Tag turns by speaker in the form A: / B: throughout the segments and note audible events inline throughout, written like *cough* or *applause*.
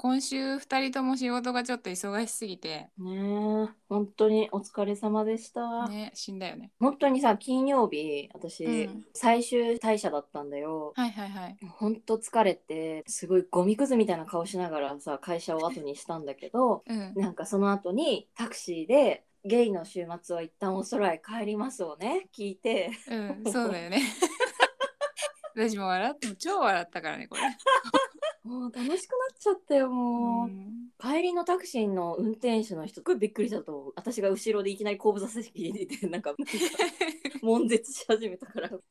A: 今週2人とも仕事がちょっと忙しすぎて、
B: ねえ本当にお疲れ様でした、
A: ね、死んだよね。
B: 本当にさ金曜日私、
A: うん
B: 最終退社だったんだよ
A: はいはいはい。
B: 本当疲れてすごいゴミくずみたいな顔しながらさ会社を後にしたんだけど
A: うん。
B: なんかその後にタクシーで「ゲイの週末は一旦お空へ帰ります」をね聞いて *laughs*
A: うん、そうだよね。私も笑っても超笑ったからね、これ。
B: もう楽しくなっちゃったよも
A: う
B: う、
A: ん *laughs*
B: 帰りのタクシーの運転手の人すごいびっくりしたと思う私が後ろでいきなり後部座席にいてなんか悶絶し始めたから *laughs*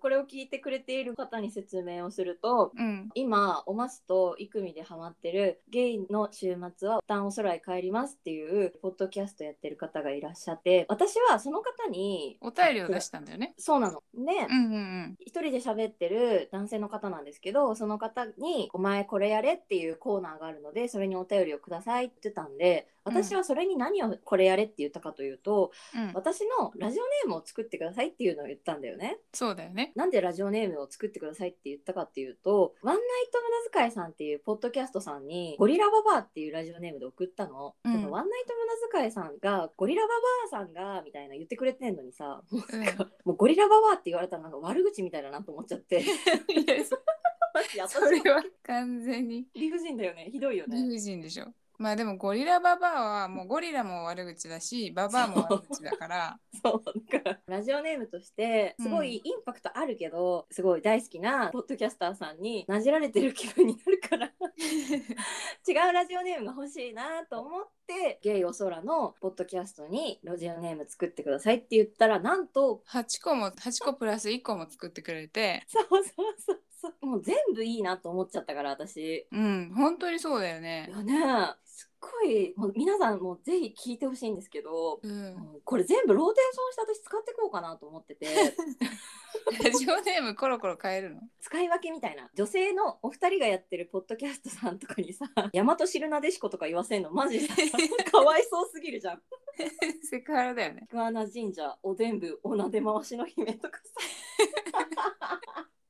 B: これを聞いてくれている方に説明をすると
A: うん。
B: 今おますとイクミでハマってる「ゲイの週末は一旦お空へ帰ります」っていうポッドキャストやってる方がいらっしゃって私はその方に
A: お便りを出したんだよね。
B: そうなのね
A: うんうん
B: 一人で喋ってる男性の方なんですけどその方に「お前これやれ」っていうコーナーがあるのでそれにお便りをくださいって言ってたんで私はそれに何をこれやれって言ったかというと、
A: うん。うん、
B: 私のラジオネームを作ってくださいっていうのを言ったんだよね。
A: そうだよね。
B: なんでラジオネームを作ってくださいって言ったかっていうと「ワンナイト無駄遣いさん」っていうポッドキャストさんに「ゴリラババア」っていうラジオネームで送ったの。
A: うん
B: でもワンナイト無駄遣いさんが「ゴリラババアさんが」みたいな言ってくれてんのにさもうなんかもうゴリラババアって言われたらなんか悪口みたいだなと思っちゃって
A: *laughs*
B: マジ
A: そ
B: 私
A: れは完全に
B: *laughs* 理不尽だよねひどいよ
A: 理
B: ね。
A: 不尽でしょ。まあでもゴリラババアはもうゴリラも悪口だし、ババアも悪口だから。
B: *laughs* そうだからラジオネームとしてすごいインパクトあるけど、すごい大好きなポッドキャスターさんになじられてる気分になる *laughs* から違うラジオネームが欲しいなと思って「ゲイお空」のポッドキャストにラジオネーム作ってくださいって言ったらなんと
A: 8個も8個プラス1個も作ってくれて
B: そうそうそうそうもう全部いいなと思っちゃったから私。
A: うん本当にそうだよね
B: いやねすっごいもう皆さんもぜひ聞いてほしいんですけど、
A: うん
B: もうこれ全部ローテーションして私使ってこうかなと思ってて
A: ラジオネームコ *laughs* ロコロ変えるの
B: 使い分けみたいな女性のお二人がやってるポッドキャストさんとかに *laughs* さ「大和汁なでしこ」とか言わせんのマジ *laughs* さかわいそうすぎるじゃん。
A: セクハラだよね
B: 桑名神社おでんぶおなで回しの姫とかさ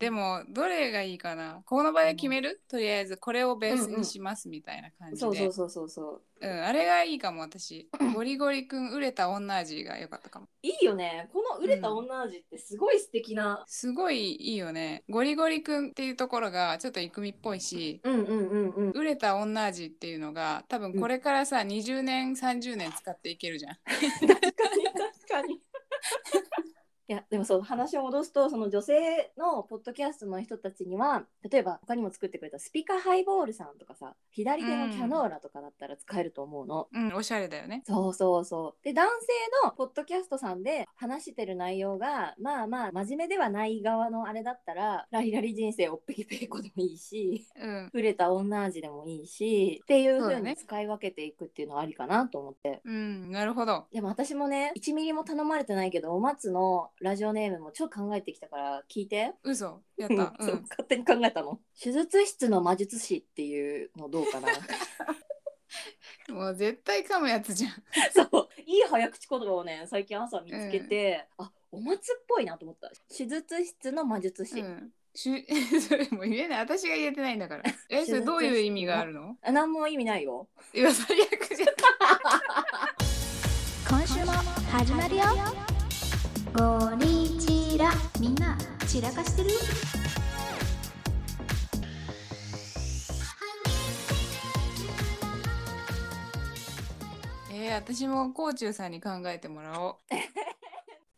A: でもどれがいいかなこの場で決めるとりあえずこれをベースにしますみたいな感じ
B: そうそ
A: で
B: うそうそうそう
A: うんあれがいいかも私ゴリゴリくん売れた女味が良かったかも
B: いいよねこの売れた女味ってすごい素敵な、
A: すごいいいよねゴリゴリくんっていうところがちょっとイクミっぽいし
B: うん、うんうんうん
A: 売れた女味っていうのが多分これからさ20年30年使っていけるじゃん
B: 確かに確か *laughs* に。いやでもそう話を戻すとその女性のポッドキャストの人たちには例えば他にも作ってくれたスピカハイボールさんとかさ左手のキャノーラとかだったら使えると思うの。
A: うんおしゃれだよね
B: そうそうそうで男性のポッドキャストさんで話してる内容がまあまあ真面目ではない側のあれだったら「ラリラリ人生おっぺきぺいこ」でもいいし *laughs*
A: うん
B: 「触れた女味」でもいいしっていう
A: そう
B: 風
A: だね
B: に使い分けていくっていうのはありかなと思って。
A: うん、なるほど。
B: でも私もね1ミリも頼まれてないけどお松のラジオネームも超考えてきたから聞いて
A: 嘘。やっ
B: *laughs* そう
A: た。う
B: 勝
A: ん。
B: 手に考えたの手術室の魔術師っていうのどうかな
A: もう絶対噛むやつじゃん。
B: *laughs* そういい早口言葉をね最近朝見つけて、あお松っぽいなと思った手術室の魔術師、
A: うん。し *laughs* それもう言えない。私が言えてないんだ
B: *laughs*
A: から。え、
B: 手術
A: それどういう意味があるの *laughs*
B: あ何も意味ないよ
A: いや、最悪じゃん。
C: 今週も始まるよゴリチラみんな散らかしてる
A: *laughs* えー、私もコーチューさんに考えてもらおう。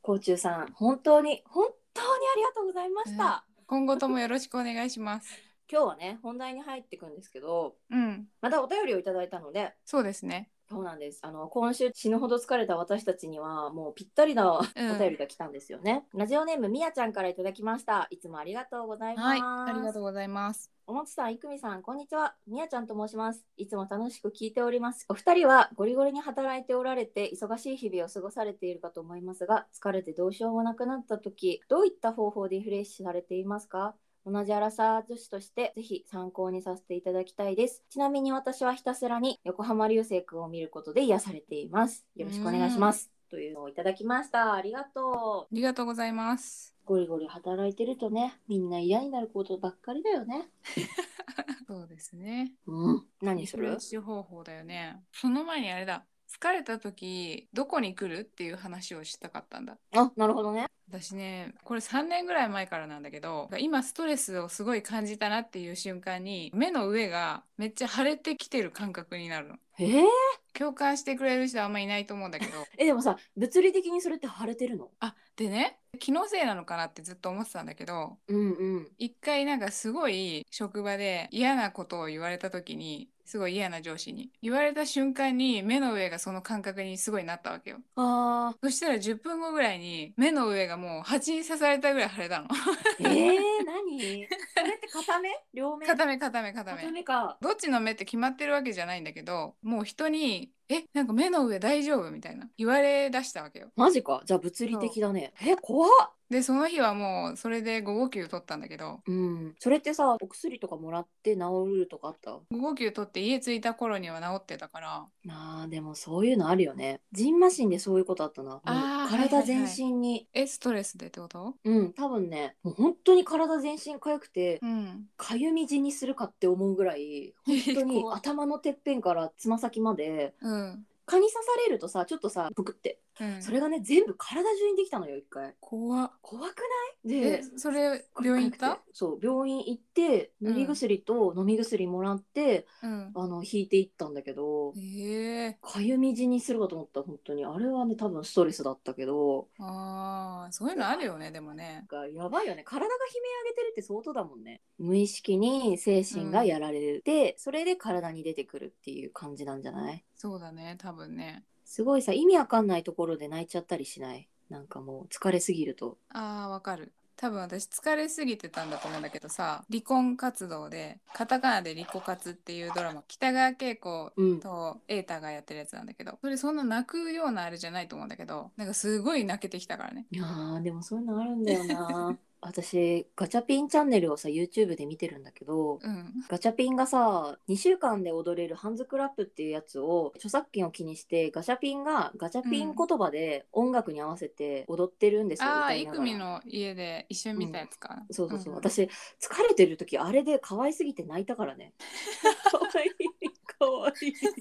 B: 甲虫さん本当に本当にありがとうございました、
A: 今後ともよろしくお願いします。
B: 今日はね本題に入っていくんですけど
A: うん。
B: またお便りをいただいたので
A: そうですね。
B: そうなんですあの今週死ぬほど疲れた私たちにはもうぴったりなお
A: うん
B: 便りが来たんですよね、ラジオネームみやちゃんからいただきましたいつもありがとうございま
A: はい。
B: す、
A: ありがとうございます。
B: おもつさんいくみさんこんにちはみやちゃんと申しますいつも楽しく聞いておりますお二人はゴリゴリに働いておられて忙しい日々を過ごされているかと思いますが疲れてどうしようもなくなった時どういった方法でリフレッシュされていますか同じアラサー女子としてぜひ参考にさせていただきたいですちなみに私はひたすらに横浜流星君を見ることで癒されていますよろしくお願いしますというのをいただきました。ありがとう。
A: りがとうございます。
B: ゴリゴリ働いてるとね、みんな嫌になることばっかりだよね。
A: そうですね。
B: うん。何す
A: リフレ
B: る
A: ッシュ方法だよね。その前にあれだ。疲れた時どこに来るっていう話をしたかったんだ。
B: あ、なるほどね。
A: 私ねこれ3年ぐらい前からなんだけど今ストレスをすごい感じたなっていう瞬間に目の上がめっちゃ腫れてきてる感覚になるの。
B: えー、
A: 共感してくれる人はあんまいないと思うんだけど
B: え、でもさ、物理的にそれって腫れてるの
A: あでね気のせいなのかなってずっと思ってたんだけど
B: うんうん。
A: 一回なんかすごい職場で嫌なことを言われた時にすごい嫌な上司に言われた瞬間に目の上がその感覚にすごいなったわけよ
B: あ *laughs*
A: そしたら10分後ぐらいに目の上がもう蜂に刺されたぐらい腫れたの
B: ー。えー、何それって片目両目
A: 固め固め固め
B: 片目か。
A: どっちの目って決まってるわけじゃないんだけどもう人に「えなんか目の上大丈夫?」みたいな言われだしたわけよ
B: マジか。じゃあ物理的だね。え、怖っ。
A: でその日はもうそれで5号球取ったんだけど
B: うん。それってさ、お薬とかもらって治るとかあった
A: 5号球取って家着いた頃には治ってたから
B: なあでもそういうのあるよね。ジンマシンでそういうことあったな。もう
A: あー
B: 体
A: はいはい
B: 全
A: はい
B: 身に、
A: えストレスでってこと
B: うん多分ねもう本当に体全身痒くて
A: うん
B: 痒み死にするかって思うぐらい
A: 本
B: 本当に頭のてっぺんからつま先まで
A: *laughs* うん、
B: 蚊に刺されるとさちょっとさぷくって
A: うん、
B: それがね全部体中にできたのよ一回。
A: 怖っ
B: 怖くないで
A: えそれ病院行った
B: そう病院行って塗り薬と飲み薬もらって、
A: うん
B: あの引いていったんだけど
A: ええ
B: 痒み死にするかと思った本当にあれはね多分ストレスだったけど
A: あーそういうのあるよねでもね
B: なんかやばいよね体が悲鳴上げてるって相当だもんね無意識に精神がやられて、それで体に出てくるっていう感じなんじゃない
A: そうだね多分ね
B: すごいさ意味わかんないところで泣いちゃったりしないなんかもう疲れすぎると
A: あーわかる多分私疲れすぎてたんだと思うんだけどさ離婚活動でカタカナで「リコ活」っていうドラマ北川景子
B: うん
A: と瑛太がやってるやつなんだけどそれそんな泣くようなあれじゃないと思うんだけどなんかすごい泣けてきたからね
B: いやーでもそういうのあるんだよ
A: *laughs*
B: な私ガチャピンチャンネルをさ YouTube で見てるんだけど
A: うん
B: ガチャピンがさ2週間で踊れるハンズクラップっていうやつを著作権を気にしてガチャピンがガチャピン言葉で音楽に合わせて踊ってるんですよ、
A: ああ
B: 歌
A: ー
B: い
A: イ
B: な
A: ク
B: がら
A: ミの家で一緒に見たやつか、
B: そうそうそう、
A: ん
B: 私疲れてる時あれで可愛すぎて泣い
A: *laughs*
B: たからね可愛い可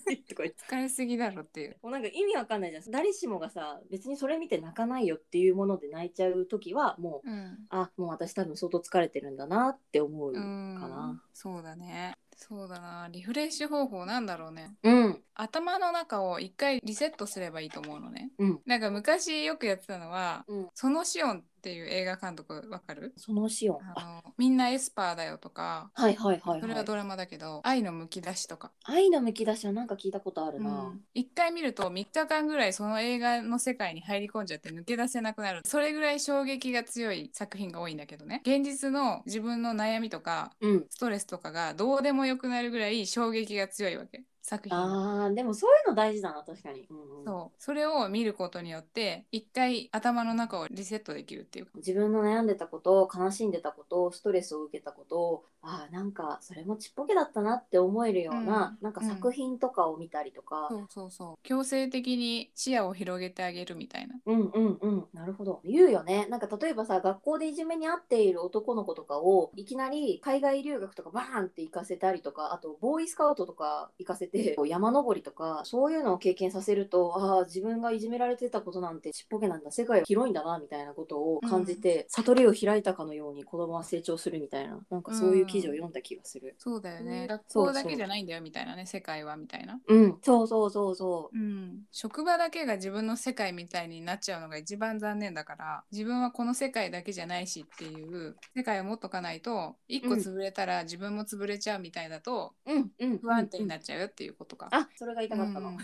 B: 愛いとか言って
A: 疲れすぎだろっていう
B: もうなんか意味わかんないじゃん誰しもがさ別にそれ見て泣かないよっていうもので泣いちゃう時はもう
A: うん
B: あもう私多分相当疲れてるんだなって思う
A: う
B: か
A: ん
B: な
A: そうだねそうだなリフレッシュ方法なんだろうね
B: うん
A: 頭の中を一回リセットすればいいと思うのね
B: うん
A: なんか昔よくやってたのは、
B: うん
A: そのシオンっていう映画監督わかる
B: そのシオンあ
A: あのみんなエスパーだよとか
B: はいはいはい、はい、
A: それはドラマだけど「愛のむき出し」とか
B: 愛のむき出しはなんか聞いたことある
A: 一、う
B: な。
A: ん、一回見ると3日間ぐらいその映画の世界に入り込んじゃって抜け出せなくなるそれぐらい衝撃が強い作品が多いんだけどね現実の自分の悩みとか
B: うん。
A: ストレスとかがどうでもよくなるぐらい衝撃が強いわけ作品が
B: ああ、でもそういうの大事だな、確かに。うんうん
A: そうそれを見ることによって一回頭の中をリセットできるっていうか
B: 自分の悩んでたこと、悲しんでたこと、ストレスを受けたこと、ああ、なんかそれもちっぽけだったなって思えるような、
A: うん
B: なんか作品とかを見たりとか。
A: そうそうそう強制的に視野を広げてあげるみたいな
B: うんうんうん、なるほど言うよねなんか例えばさ学校でいじめに遭っている男の子とかをいきなり海外留学とかバーンって行かせたりとかあとボーイスカウトとか行かせて山登りとかそういうのを経験させるとああ自分がいじめられてたことなんてちっぽけなんだ世界は広いんだなみたいなことを感じて、悟りを開いたかのように子供は成長するみたいななんかそういう記事を読んだ気がする。
A: そうだよね、
B: うん
A: 学
B: そう
A: 校
B: そう
A: だけじゃないんだよみたいなね世界はみたいな
B: うん、そうそうそうそう
A: うん、職場だけが自分の世界みたいになっちゃうのが一番残念だから自分はこの世界だけじゃないしっていう世界を持っとかないと一個
B: うん
A: 潰れたら自分も潰れちゃうみたいだと
B: うんうん
A: 不安定になっちゃうよっていうことか。
B: あそれが言いたかったの、
A: うん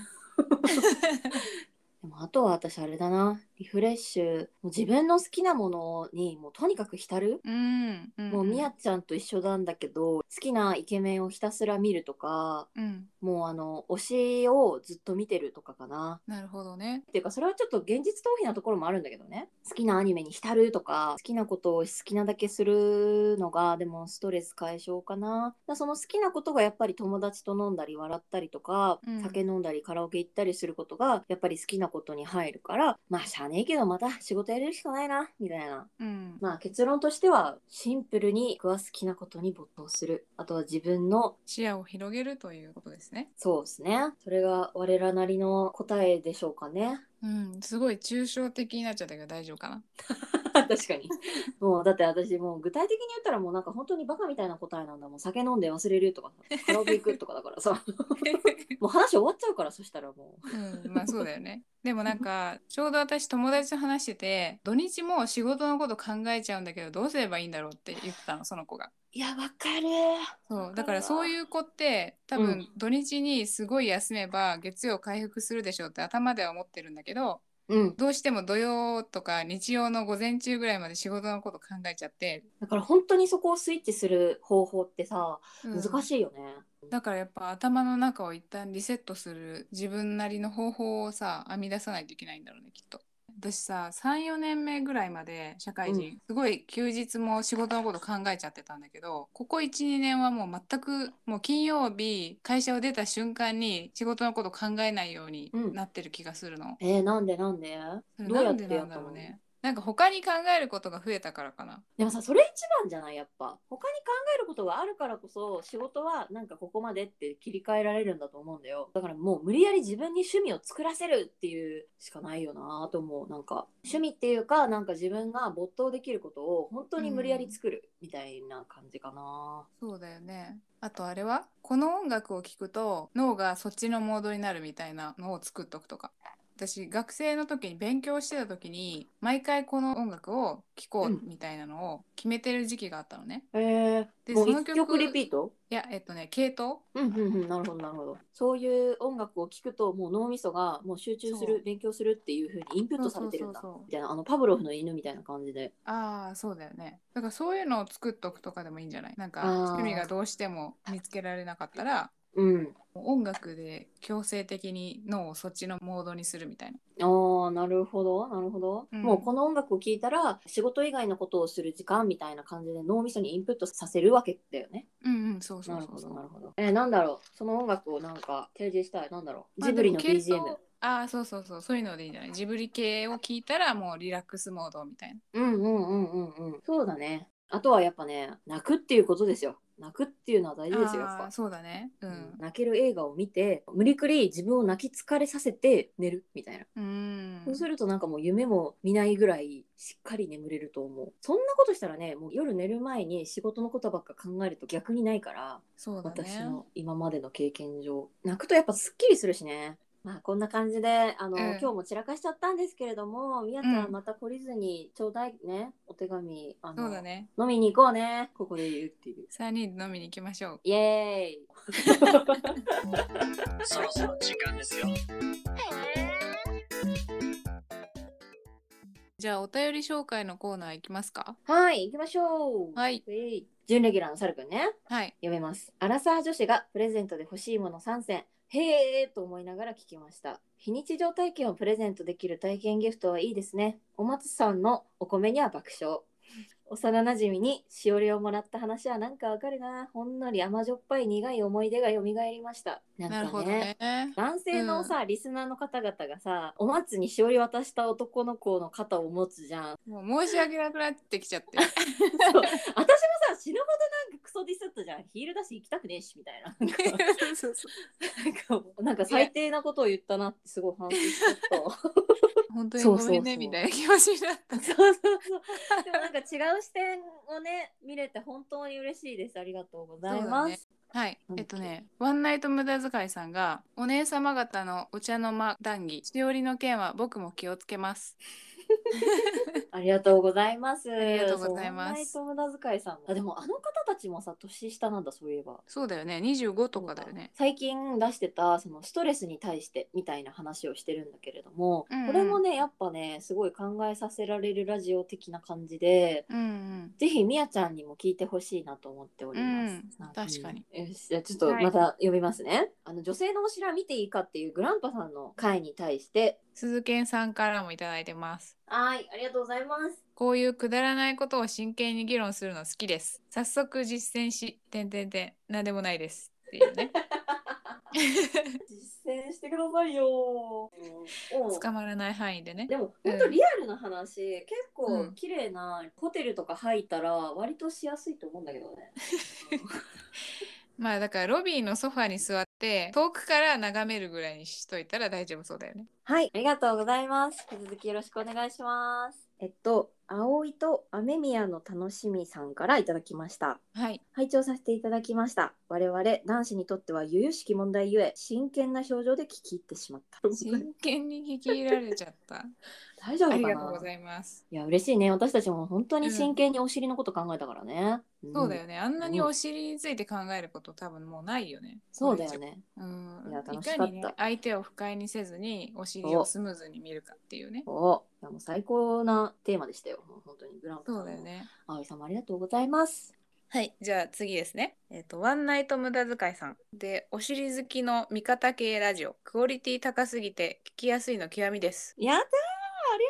B: でもあとは私あれだなリフレッシュもう自分の好きなものにもうとにかく浸る、
A: うんうん
B: もうみやちゃんと一緒なんだけど好きなイケメンをひたすら見るとか
A: うん
B: もうあの推しをずっと見てるとかかな
A: なるほどね。
B: っていうかそれはちょっと現実逃避なところもあるんだけどね好きなアニメに浸るとか好きなことを好きなだけするのがでもストレス解消かなだその好きなことがやっぱり友達と飲んだり笑ったりとか、
A: うん
B: 酒飲んだりカラオケ行ったりすることがやっぱり好きなことに入るからまあしゃあねえけどまた仕事やれるしかないなみたいな
A: うん
B: まあ結論としてはシンプルに僕は好きなことに没頭するあとは自分の
A: 視野を広げるということですね。
B: そうですねそれが我らなりの答えでしょうかね
A: うん、すごい抽象的になっちゃったけど大丈夫かな。
B: *laughs* 確かにもうだって私もう具体的に言ったらもうなんか本当にバカみたいな答えなんだもう酒飲んで忘れるとかカラオケ行くとかだか
A: *laughs*
B: らさもう話終わっちゃうからそしたらもう
A: うん、まあそうだよね。でもなんかちょうど私友達と話してて土日も仕事のこと考えちゃうんだけどどうすればいいんだろうって言ってたのその子が。
B: いやわかる
A: そうだからそういう子って多
B: う
A: 分
B: ん
A: 土日にすごい休めば月曜回復するでしょうって頭では思ってるんだけど
B: うん
A: どうしても土曜とか日曜の午前中ぐらいまで仕事のこと考えちゃって、
B: だから本当にそこをスイッチする方法ってさ
A: うん
B: 難しいよね、
A: だからやっぱ頭の中を一旦リセットする自分なりの方法をさ編み出さないといけないんだろうねきっと。私さ34年目ぐらいまで社会人、
B: うん
A: すごい休日も仕事のこと考えちゃってたんだけどここ12年はもう全くもう金曜日会社を出た瞬間に仕事のこと考えないように
B: うん
A: なってる気がするの。
B: えー、なんでなんで
A: それ
B: どう
A: な
B: や
A: ん
B: っ
A: で
B: て
A: な
B: や
A: ん
B: っ
A: だ
B: た
A: ろう
B: の
A: ね。なんか他に考えることが増えたからかな。
B: でもさそれ一番じゃないやっぱ他に考えることがあるからこそ仕事はなんかここまでって切り替えられるんだと思うんだよだからもう無理やり自分に趣味を作らせるっていうしかないよなと思うなんか趣味っていうかなんか自分が没頭できることを本当に無理やり作るみたいな感じかな、
A: そうだよね。あとあれはこの音楽を聴くと脳がそっちのモードになるみたいなのを作っとくとか。私学生の時に勉強してた時に毎回この音楽を聴こうみたいなのを決めてる時期があったのね。
B: え
A: で
B: ー、もう
A: その
B: 一
A: 曲
B: 曲リピート
A: いやえっとね系統
B: うんうんうんなるほどなるほどそういう音楽を聴くともう脳みそがもう集中す
A: そう
B: る勉強するっていうふうにインプットされてるんだ
A: そうそうそうそう
B: みたいなあのパブロフの犬みたいな感じで
A: ああそうだよね。だからそういうのを作っとくとかでもいいんじゃないなんか
B: あー
A: 趣味がどうしても見つけられなかったら
B: うん
A: もう音楽で強制的に脳をそっちのモードにするみたいな。
B: ああ、なるほど、なるほど。
A: うん
B: もうこの音楽を聴いたら、仕事以外のことをする時間みたいな感じで脳みそにインプットさせるわけだよね。
A: うんうんそうそ
B: な
A: う
B: る
A: そ
B: ほ
A: うそ
B: ど、
A: う
B: な。るほど。えー、なんだろう、その音楽をなんか提示したい、なんだろう、
A: まあ
B: ジブリの
A: でも系
B: BGM。
A: 統ああそうそうそうそういうのでいいんじゃないジブリ系を聞いたらもうリラックスモードみたいな
B: うんうんうんうんうん。そうだね。あとはやっぱね、泣くっていうことですよ。泣くっていうのは大事ですよ、やっ
A: あ
B: ぱ
A: ー。そうだねう
B: うん
A: ん
B: 泣ける映画を見て無理くり自分を泣き疲れさせて寝るみたいな、
A: うん
B: そうするとなんかもう夢も見ないぐらいしっかり眠れると思うそんなことしたらねもう夜寝る前に仕事のことばっか考えると逆にないから、
A: そうだ
B: 私
A: ね
B: の今までの経験上泣くとやっぱすっきりするしねまあこんな感じであの、
A: うん
B: 今日も散らかしちゃったんですけれどもみやちゃ
A: うんん
B: また懲りずにちょうだいね、お手紙あの
A: そうだね
B: 飲みに行こうねここで言うっていう
A: 3人で飲みに行きましょう
B: イエ
A: *laughs*
B: ーイ
D: そろそろ時間ですよ。
A: じゃあお便り紹介のコーナー行きますか
B: はい、行きましょう。
A: はい
B: えい。準レギュラーのサルくんね。
A: はい
B: 読めます。アラサー女子がプレゼントで欲しいもの3選。へーと思いながら聞きました。非日常体験をプレゼントできる体験ギフトはいいですね。お松さんのお米には爆笑。幼なじみにしおりをもらった話はなんかわかるな。ほんのり甘じょっぱい苦い思い出が蘇りました。なんか
A: なるほどね
B: 男性のさ、リスナーの方々がさお松にしおり渡した男の子の肩を持つじゃん
A: もう申し訳なくなってきちゃって *laughs*
B: *laughs* そう私もさ死ぬほどなんかクソディスったじゃんヒールだし行きたくねえしみたいなな
A: そうそ
B: んか *laughs* もうなんか最低なことを言ったなってすごい反省しちゃった
A: う本当にごめんね
B: そうそうそう
A: みたいな気持ちになった
B: そうそうそう *laughs* でもなんか違う視点をね見れて本当に嬉しいですありがとうござい
A: そうだ
B: ます、
A: ねはい
B: なん、だ
A: え
B: っ
A: っと
B: け
A: ね、ワンナイト無駄遣いさんが、お姉様方のお茶の間談義、しおりの件は僕も気をつけます。
B: ありがとうございますあ
A: りがとうございます
B: 友達遣いさんあでもあの方たちもさ年下なんだそういえば
A: そうだよね、25とかだよね。
B: 最近出してたそのストレスに対してみたいな話をしてるんだけれども、
A: うんうん
B: これもねやっぱねすごい考えさせられるラジオ的な感じで
A: うん
B: ぜひみやちゃんにも聞いてほしいなと思っております。
A: うん確かに。
B: よし、じゃあちょっとまた読みますね。あの女性のお知ら見ていいかっていうグランパさんの回に対して、
A: 鈴健さんからもいただいてます。
B: はい、ありがとうございます。
A: こういうくだらないことを真剣に議論するの好 *laughs* きです。早速実践し、てんてんてん、なんでもないです。っていうね。
B: 実践してくださいよ。うん
A: 捕まらない範囲でね
B: でも
A: うん
B: 本当リアルな話、結
A: う
B: 構
A: ん
B: 綺麗なホテルとか入ったら割としやすいと思うんだけどね。
A: まあだからロビーのソファに座って遠くから眺めるぐらいにしといたら大丈夫そうだよね
B: はい、ありがとうございます。引き続きよろしくお願いします。えっと、葵と雨宮の楽しみさんからいただきました。
A: *laughs* はい
B: 拝聴させていただきました。我々男子にとっては由々しき問題ゆえ、真剣な表情で聞き入ってしまった。
A: 真剣に聞き入られちゃった
B: 大丈夫
A: あ
B: か
A: り
B: な
A: がとうございます
B: いや、嬉しいね。私たちも本当に真剣にお尻のこと考えたからね。ん
A: そうだよねあんなにお尻について考えること多分もうないよね
B: そうだよね。
A: うん
B: いや楽
A: い
B: しかった
A: かにね相手を不快にせずにお尻をスムーズに見るかっていうね
B: おいやもう最高なテーマでしたよ。もう本当にグランプ
A: そうだよ。ね
B: 葵さんもありがとうございます。
A: はいじゃあ次ですねえっ、とワンナイト無駄遣いさんでお尻好きの味方系ラジオクオリティ高すぎて聞きやすいの極みです
B: やったーあり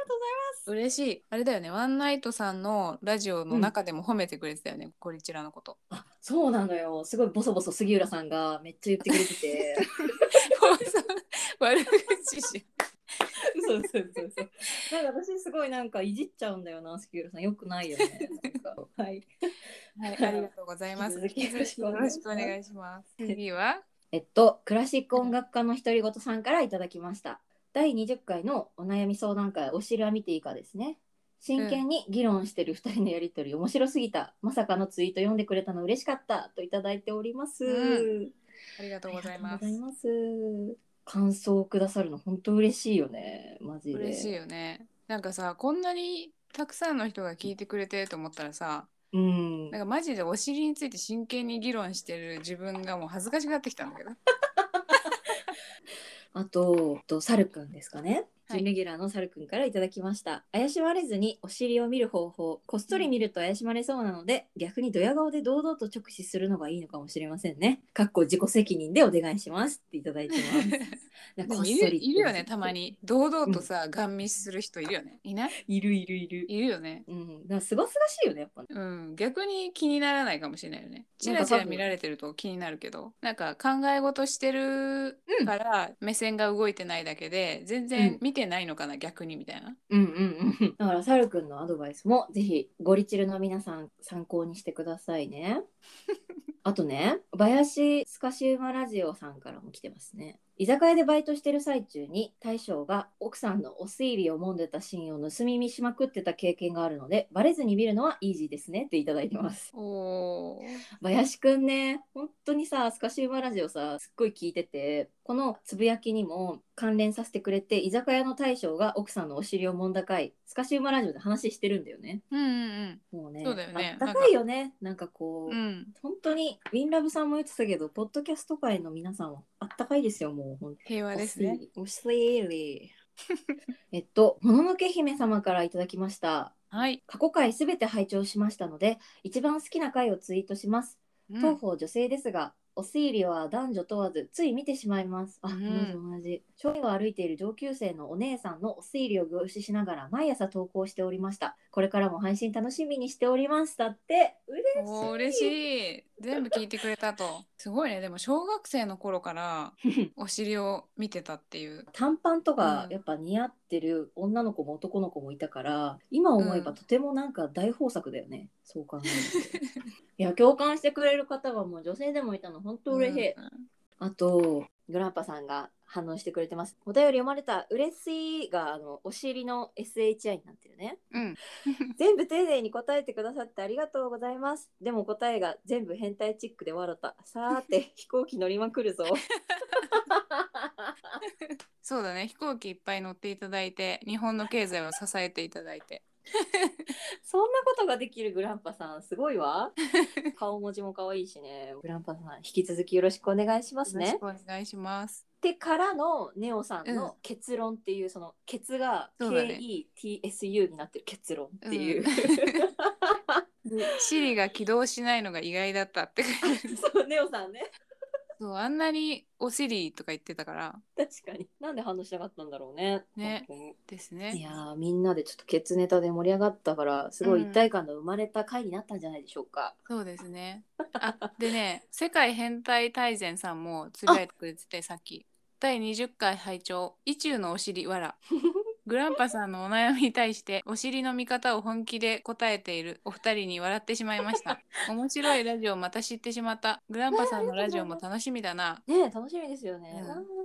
A: 嬉しいあれだよねワンナイトさんのラジオの中でも褒めてくれてたよね、ゴリチラのこと *laughs*
B: がとうございます。あそうなのよ。すごいボソボソ杉浦さんがめっちゃ言ってくれてて。
A: *laughs* 悪口じ
B: そうそうそうそう。なんか私すごいなんかいじっちゃうんだよな杉浦さん。よくないよね。なん
A: *laughs*
B: かはい。
A: ゃんはいありがとうございます
B: 引き続き
A: よ
B: よ
A: ろ
B: ろ
A: し
B: し
A: く
B: く
A: お
B: お
A: 願
B: 願
A: いします次は
B: えっと、クラシック音楽家の独り言さんからいただきました。第20回のお悩み相談会、お尻は見ていいかですね。真剣に議論してる2人のやりとり、面白すぎた。まさかのツイート読んでくれたの嬉しかった。といただいております。
A: うんありが
B: あ
A: とう
B: り
A: ご
B: が
A: ざいます
B: とうございます。感想をくださるの本当嬉しいよね。マジで。
A: 嬉しいよねなんかさこんなにたくさんの人が聞いてくれてると思ったらさ
B: うん
A: なん。かマジでお尻について真剣に議論してる自分がもう恥ずかしくなってきたんだけど
B: あと、えっとサルくんですかね。
A: はい
B: 準レギュラーのサルくんからいただきました。怪しまれずにお尻を見る方法、こっそり見ると怪しまれそうなので、逆にドヤ顔で堂々と直視するのがいいのかもしれませんね。かっこ自己責任でお願いしますっていただい
A: *laughs*
B: てます。なんか
A: で
B: *laughs* こ
A: も
B: っ
A: い
B: そ
A: る
B: り
A: いるよねたま。に堂々とさ、ガン見する人いるよねいない
B: いるいるいる。
A: いるよね
B: うん、なんかすがすがしいよね、やっぱ、ね。
A: うん逆に気にならないかもしれないよねチラチラ見られてると気になるけどなんか考え事してるから目線が動いてないだけで全
B: う
A: 然
B: ん
A: 見てないのかな、逆にみたいな
B: うんうんうん。だから、サルくんのアドバイスも、ぜひ、ゴリチルの皆さん、参考にしてください *laughs* ね。あとね、林スカシウマラジオさんからも来てますね。居酒屋でバイトしてる最中に大将が奥さんのお推理を揉んでたシーンを盗み見しまくってた経験があるのでバレずに見るのはイージーですねっていただいてます。
A: おー
B: 林くんね本当にさスカシウマラジオさすっごい聞いててこのつぶやきにも関連させてくれて居酒屋の大将が奥さんのお尻を揉んだ回スカシウマラジオで話してるんだよね
A: うんうん
B: もうね
A: そうだよね
B: あったかいよねなんかこ
A: う
B: う、
A: んうん
B: 本当にウィンラブさんも言ってたけどポッドキャスト界の皆さんはあったかいですよもう本当
A: 平和ですね
B: お尻お尻 *laughs* えっともののけ姫様からいただきました
A: はい、
B: 過去回すべて拝聴しましたので一番好きな回をツイートします
A: うん
B: 当方女性ですが、お推理は男女問わずつい見てしまいます。あ、
A: うん
B: 同じ同じ。商品を歩いている上級生のお姉さんのお推理を凝視しながら毎朝投稿しておりました。これからも配信楽しみにしております。だって
A: おー嬉し
B: 嬉しい。
A: い全部聞いてくれたとすごいねでも小学生の頃からお尻を見てたっていう
B: *laughs* 短パンとか
A: うん
B: やっぱ似合ってる女の子も男の子もいたから、今思えばとてもなんか大豊作だよね。そう考
A: *laughs*
B: えると。いや共感してくれる方はもう女性でもいたの本当嬉しい。
A: うん
B: あと、グランパさんが反応してくれてます。お便り読まれた、嬉しいが、あの、お尻の SHI になってるね。
A: うん
B: 全部丁寧に答えてくださってありがとうございます。でも答えが全部変態チックで笑った。さー
A: *laughs*
B: て、飛行機乗りまくるぞ。
A: そうだね飛行機いっぱい乗っていただいて日本の経済を支えていただいて
B: そんなことができるグランパさん、すご
A: *laughs*
B: いわ。顔文字も可愛いしね。グランパさん、引き続きよろしくお願いしますね
A: よ。ろしくお願いします
B: ってからのネオさんの結論っていう、その「結」が
A: そうだね
B: KETSU になってる結論っていうう、 *laughs*
A: シリが起動しないのが意外だったって
B: そうネオさんね
A: そうあんなにお尻とか言ってたから
B: 確かに。なんで反応しなかったんだろうね。
A: ね
B: 本当に
A: ですね
B: いやーみんなでちょっとケツネタで盛り上がったからすごい一体感の生まれた回になったんじゃないでしょうか。
A: そうですね
B: *laughs*
A: あでね世界変態大全さんもつぶやいてくれててさっき第20回拝聴「意中のお尻わ
B: *laughs*
A: ら」グランパさんのお悩みに対してお尻の見方を本気で答えているお二人に笑ってしまいました面白いラジオまた知ってしまったグランパさんのラジオも楽しみだな
B: ねえ楽しみですよね。
A: うん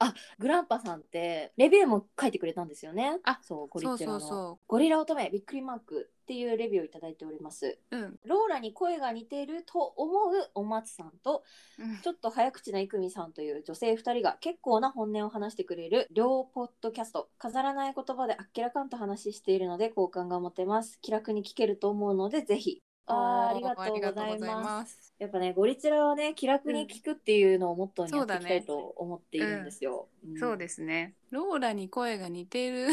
B: あグランパさんってレビューも書いてくれたんですよね。
A: あ
B: そうゴリ
A: そう
B: チ
A: そ
B: ラの
A: うそ
B: ゴリラ乙女びっくりマークっていうレビューをいただいております。
A: ううん
B: ローラに声が似てると思うお松さんと
A: うん
B: ちょっと早口な郁美さんという女性2人が結構な本音を話してくれる両ポッドキャスト飾らない言葉であっけらかんと話しているので好感が持てます気楽に聞けると思うのでぜひあーありがとうございます
A: す
B: やっぱねゴリチラはね気楽に聞くっていうのをモットーにやっていきたいと思っているんですよ、
A: そうですすねローラに声が似てる *laughs*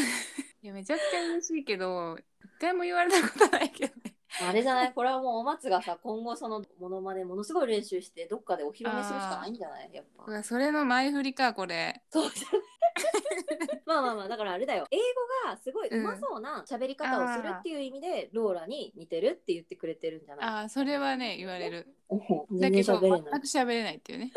A: いやめちゃくちゃ嬉しいけど一回も言われたことないけどね
B: あれじゃないこれはもうお松がさ今後そのモノマネものすごい練習してどっかでお披露目するしかないんじゃないやっぱ
A: うわそれの前振りかこれ
B: そうじゃないまあまあまあだからあれだよ英語がすごいうまそうな喋り方をするっていう意味で、ローラに似てるって言ってくれてるんじゃない
A: あーそれはね言われる
B: おほ
A: だ
B: 全
A: け
B: 然
A: ど
B: 喋れ
A: 全
B: ない
A: く喋れないっていうね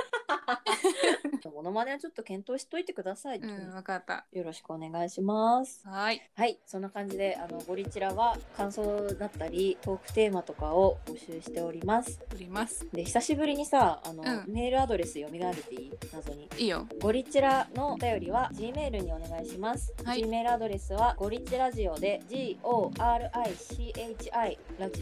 B: モノマネはちょっと検討しといてください、
A: うんわかった
B: よろしくお願いします
A: はーい
B: はいそんな感じであのゴリチラは感想だったりトークテーマとかを募集しております
A: 振ります
B: で久しぶりにさあの、
A: うん
B: メールアドレス読み上げていい謎に
A: いいよ
B: ゴリチラのお便りは G メールにお願いします。
A: はい
B: G メールアドレスはゴリチラジオで G O R I C H I ラジ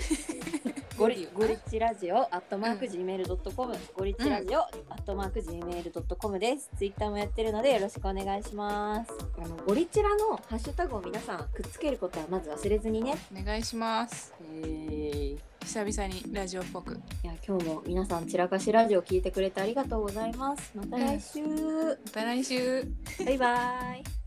B: オゴリゴリチラジオアットマーク G メールドットコムゴリチラジオアットマーク G メールドットコムです。ツイッターもやってるのでよろしくお願いします。あのゴリチラのハッシュタグを皆さんくっつけることはまず忘れずにね。
A: お願いします
B: い
A: 久々にラジオっぽくま
B: や今日も皆さん散らかしラジオ聞いてくれてありがとうございます。また来週。
A: た来週
B: バイバイ。